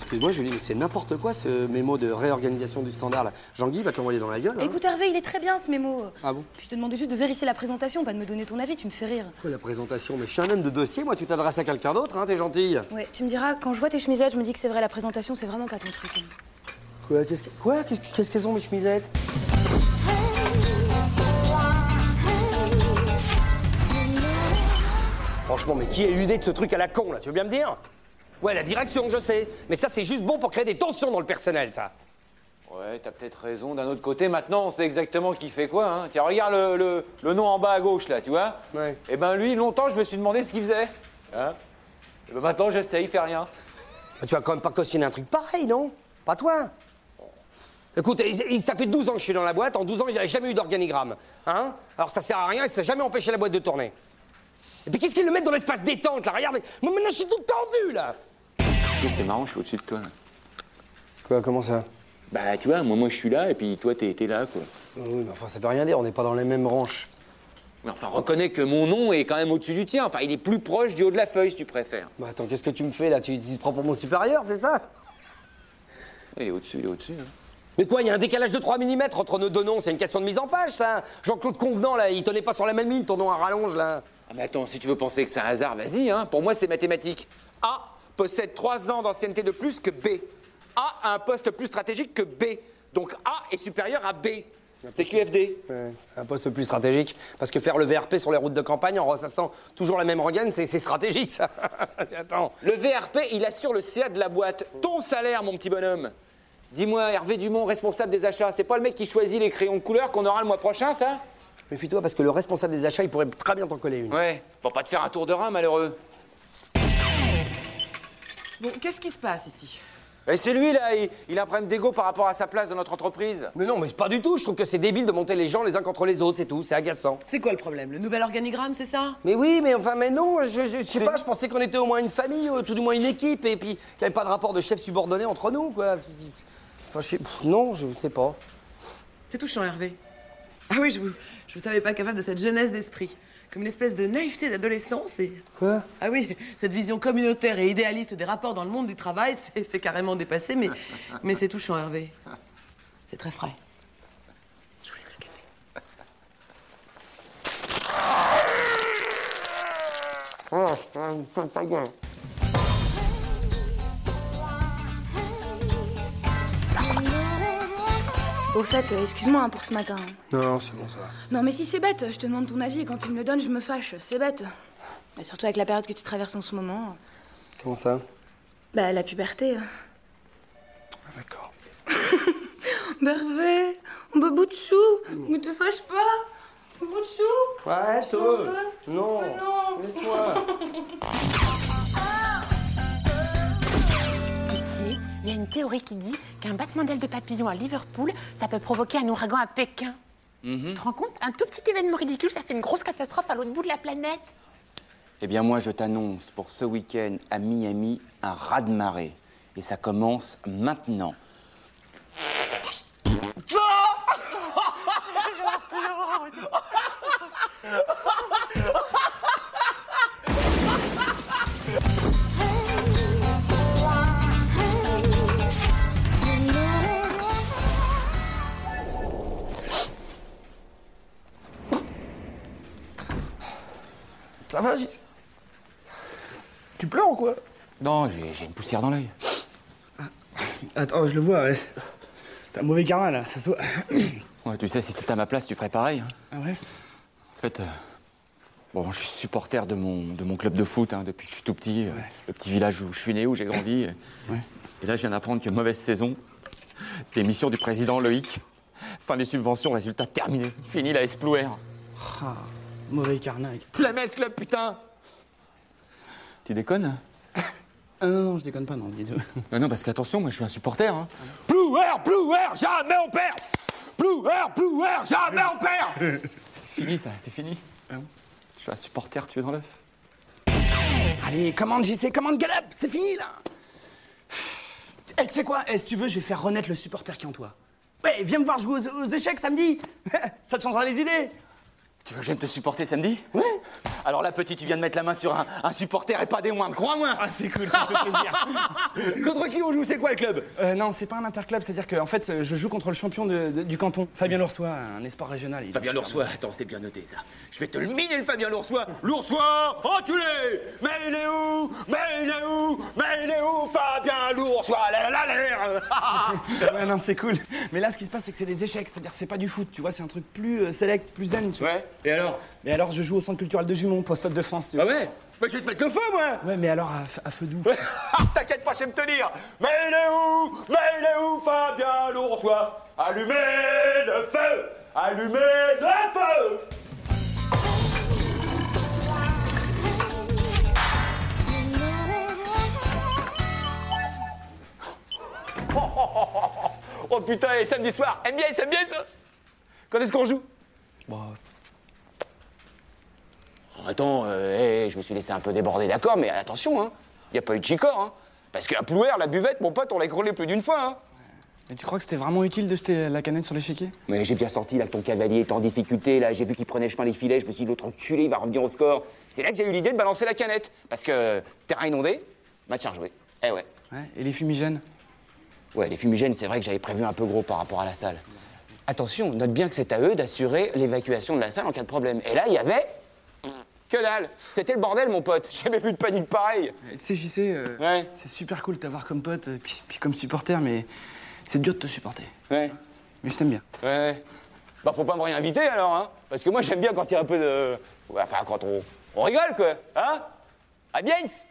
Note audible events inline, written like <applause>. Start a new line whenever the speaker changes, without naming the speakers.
Excuse-moi Julie, mais c'est n'importe quoi ce mémo de réorganisation du standard là. Jean-Guy va te l'envoyer dans la gueule. hein.
Écoute Hervé, il est très bien ce mémo.
Ah bon
Puis je te demandais juste de vérifier la présentation, pas de me donner ton avis, tu me fais rire.
Quoi, la présentation, mais je suis un homme de dossier, moi tu t'adresses à quelqu'un d'autre, hein, t'es gentille.
Ouais, tu me diras, quand je vois tes chemisettes, je me dis que c'est vrai, la présentation, c'est vraiment pas ton truc. hein.
Quoi, qu'est-ce que- quoi, qu'est-ce que- qu'est-ce qu'elles ont mes chemisettes Franchement, mais qui a eu l'idée de ce truc à la con là, tu veux bien me dire Ouais, la direction, je sais, mais ça c'est juste bon pour créer des tensions dans le personnel ça.
Ouais, t'as peut-être raison. D'un autre côté, maintenant, on sait exactement qui fait quoi. Hein. Tiens, regarde le, le, le nom en bas à gauche, là, tu vois
Ouais.
Eh ben, lui, longtemps, je me suis demandé ce qu'il faisait. Hein Eh ben, maintenant, je sais, il fait rien.
Bah, tu vas quand même pas cautionner un truc pareil, non Pas toi Écoute, et- et ça fait 12 ans que je suis dans la boîte, en 12 ans, il n'y a jamais eu d'organigramme. Hein Alors ça sert à rien, et ça n'a jamais empêché la boîte de tourner. Et puis qu'est-ce qu'ils le mettent dans l'espace détente, là Regarde, mais moi maintenant je suis tout tendu, là
Mais c'est marrant, je suis au-dessus de toi. là.
Quoi, comment ça
Bah, tu vois, moi, moi je suis là, et puis toi, t'es t'es là, quoi.
Oui, mais enfin, ça veut rien dire, on n'est pas dans les mêmes ranches.
Mais enfin, reconnais que mon nom est quand même au-dessus du tien. Enfin, il est plus proche du haut de la feuille, si tu préfères.
Bah attends, qu'est-ce que tu me fais, là tu, tu te prends pour mon supérieur, c'est ça
Il est au-dessus, il est au-dessus. hein.
Mais quoi, il y a un décalage de 3 mm entre nos deux noms, c'est une question de mise en page, ça Jean-Claude Convenant, là, il tenait pas sur la même ligne, ton nom à rallonge, là
Ah, mais attends, si tu veux penser que c'est un hasard, vas-y, hein. Pour moi, c'est mathématique. A possède 3 ans d'ancienneté de plus que B. A a un poste plus stratégique que B. Donc A est supérieur à B. C'est QFD.
Ouais, c'est un poste plus stratégique, parce que faire le VRP sur les routes de campagne en ressassant toujours la même rengaine, c'est c'est stratégique, ça. <laughs> Attends.
Le VRP, il assure le CA de la boîte. Ton salaire, mon petit bonhomme. Dis-moi, Hervé Dumont, responsable des achats, c'est pas le mec qui choisit les crayons de couleur qu'on aura le mois prochain, ça
Méfie-toi, parce que le responsable des achats, il pourrait très bien t'en coller une.
Ouais. Faut pas te faire un tour de rein, malheureux.
Bon, qu'est-ce qui se passe ici
Et c'est lui, là, il, il a un problème d'ego par rapport à sa place dans notre entreprise.
Mais non, mais pas du tout, je trouve que c'est débile de monter les gens les uns contre les autres, c'est tout, c'est agaçant.
C'est quoi le problème Le nouvel organigramme, c'est ça
Mais oui, mais enfin, mais non, je, je, je sais pas, je pensais qu'on était au moins une famille, ou tout du moins une équipe, et puis qu'il n'y avait pas de rapport de chef subordonné entre nous, quoi. Enfin, je sais... pff, Non, je sais pas.
C'est touchant, Hervé. Ah oui, je vous, je vous savais pas capable de cette jeunesse d'esprit. Comme une espèce de naïveté d'adolescence et...
Quoi
Ah oui, cette vision communautaire et idéaliste des rapports dans le monde du travail, c'est- c'est carrément dépassé, mais, mais c'est touchant, Hervé. C'est très frais. Je vous laisse le café.
Au fait, euh, excuse-moi hein, pour ce matin. hein.
Non, c'est bon, ça va.
Non mais si c'est bête, je te demande ton avis et quand tu me le donnes, je me fâche, c'est bête. Bah, surtout avec la période que tu traverses en ce moment.
Comment ça
Bah la puberté. hein.
Ah,
<laughs>
D'accord.
Bah, Hervé, on bout de chou, ne te fâche pas. Bout de chou.
Hmm. Ouais,
Tu m'en veux
Non.
Mais non.
Laisse-moi.
Tu sais, il y a une théorie qui dit qu'un battement d'aile de papillon à Liverpool, ça peut provoquer un ouragan à Pékin. Tu te rends compte Un tout petit événement ridicule, ça fait une grosse catastrophe à l'autre bout de la planète.
Eh bien, moi, je t'annonce pour ce week-end à Miami un raz-de-marée. Et ça commence maintenant.
Ça va, Gis Tu pleures ou quoi
Non, j'ai j'ai une poussière dans l'œil.
Attends, je le vois, ouais. T'as un mauvais karma, là, ça se voit.
Ouais, tu sais, si t'étais à ma place, tu ferais pareil. hein.
Ah ouais
En fait, euh, bon, je suis supporter de mon, de mon club de foot hein, depuis que je suis tout petit. euh, Le petit village où je suis né, où j'ai grandi. et- Et là, je viens d'apprendre qu'une mauvaise saison, démission du président Loïc, fin des subventions, résultat
Ah.
terminé. Fini la Esplouer.
Mauvais carnac.
La messe club, putain Tu déconnes hein
Ah non, non, je déconne pas, non, du tout.
Non, non, parce qu'attention, moi je suis un supporter. Hein.
Ah Plouer, plouer, jamais on perd Plouer, plouer, jamais on perd Ah
C'est <laughs> fini ça, c'est fini. Je suis un supporter tué dans l'œuf.
<laughs> Allez, commande JC, commande Galop, c'est fini là Eh, tu sais quoi Eh, si tu veux, je vais faire renaître le supporter qui est en toi. Ouais, viens me voir jouer aux, aux échecs samedi <laughs> Ça te changera les idées
Tu veux que je vienne te supporter samedi
Ouais
Alors là, petit, tu viens de mettre la main sur un, un supporter et pas des moindres, crois-moi
Ah, c'est cool, ça fait
<laughs>
plaisir
Contre qui on joue, c'est quoi le club
<laughs> Euh, Non, c'est pas un interclub, c'est-à-dire que, en fait, je joue contre le champion de- de- du canton, Fabien Loursois, un espoir régional. il est
Fabien
super
Loursois, attends, c'est bien noté ça. Je vais te le miner, le Fabien Loursois Loursois, enculé Mais il est où Mais il est où Mais il est où, Fabien Loursois La la la
<laughs>
la
Ouais, non, c'est cool. Mais là, ce qui se passe, c'est que c'est des échecs. C'est-à-dire, que c'est pas du foot, tu vois. C'est un truc plus euh, select, plus zen. tu vois.
Ouais, et alors
Mais alors, je joue au centre culturel de Jumont, pour Stade de France, tu vois.
ouais Mais je vais te mettre le feu, moi Ah,
Ouais, mais alors, à, f- à feu doux.
<laughs> T'inquiète pas, je vais me tenir Mais il est où Mais il est où, Fabien Loursois Allumez le feu Allumez le feu <laughs> Oh putain, et samedi soir Aime bien, aime bien ça Quand est-ce qu'on joue
Attends, euh, hey, je me suis laissé un peu déborder, d'accord, mais attention, hein. Y a pas eu de chicor, hein. Parce qu'à Plouer, la buvette, mon pote, on l'a grelé plus d'une fois, hein.
Mais tu crois que c'était vraiment utile de jeter la canette sur l'échiquier
Mais j'ai bien sorti là que ton cavalier était en difficulté, là j'ai vu qu'il prenait le chemin des filets, je me suis dit l'autre enculé, il va revenir au score. C'est là que j'ai eu l'idée de balancer la canette, parce que terrain inondé, match à rejouer. Eh ouais.
Ouais, et les fumigènes
Ouais, les fumigènes, c'est vrai que j'avais prévu un peu gros par rapport à la salle. Attention, note bien que c'est à eux d'assurer l'évacuation de la salle en cas de problème. Et là, il y avait. Pff, Que dalle C'était le bordel, mon pote J'ai jamais vu de panique pareille
Tu sais, JC, euh,
Ouais.
c'est super cool de t'avoir comme pote, euh, puis, puis comme supporter, mais c'est dur de te supporter.
Ouais,
Mais je t'aime bien.
ouais, ouais. Bah, faut pas me réinviter alors, hein Parce que moi, j'aime bien quand il y a un peu de. Ouais, Enfin, quand on. On rigole, quoi Hein À Biens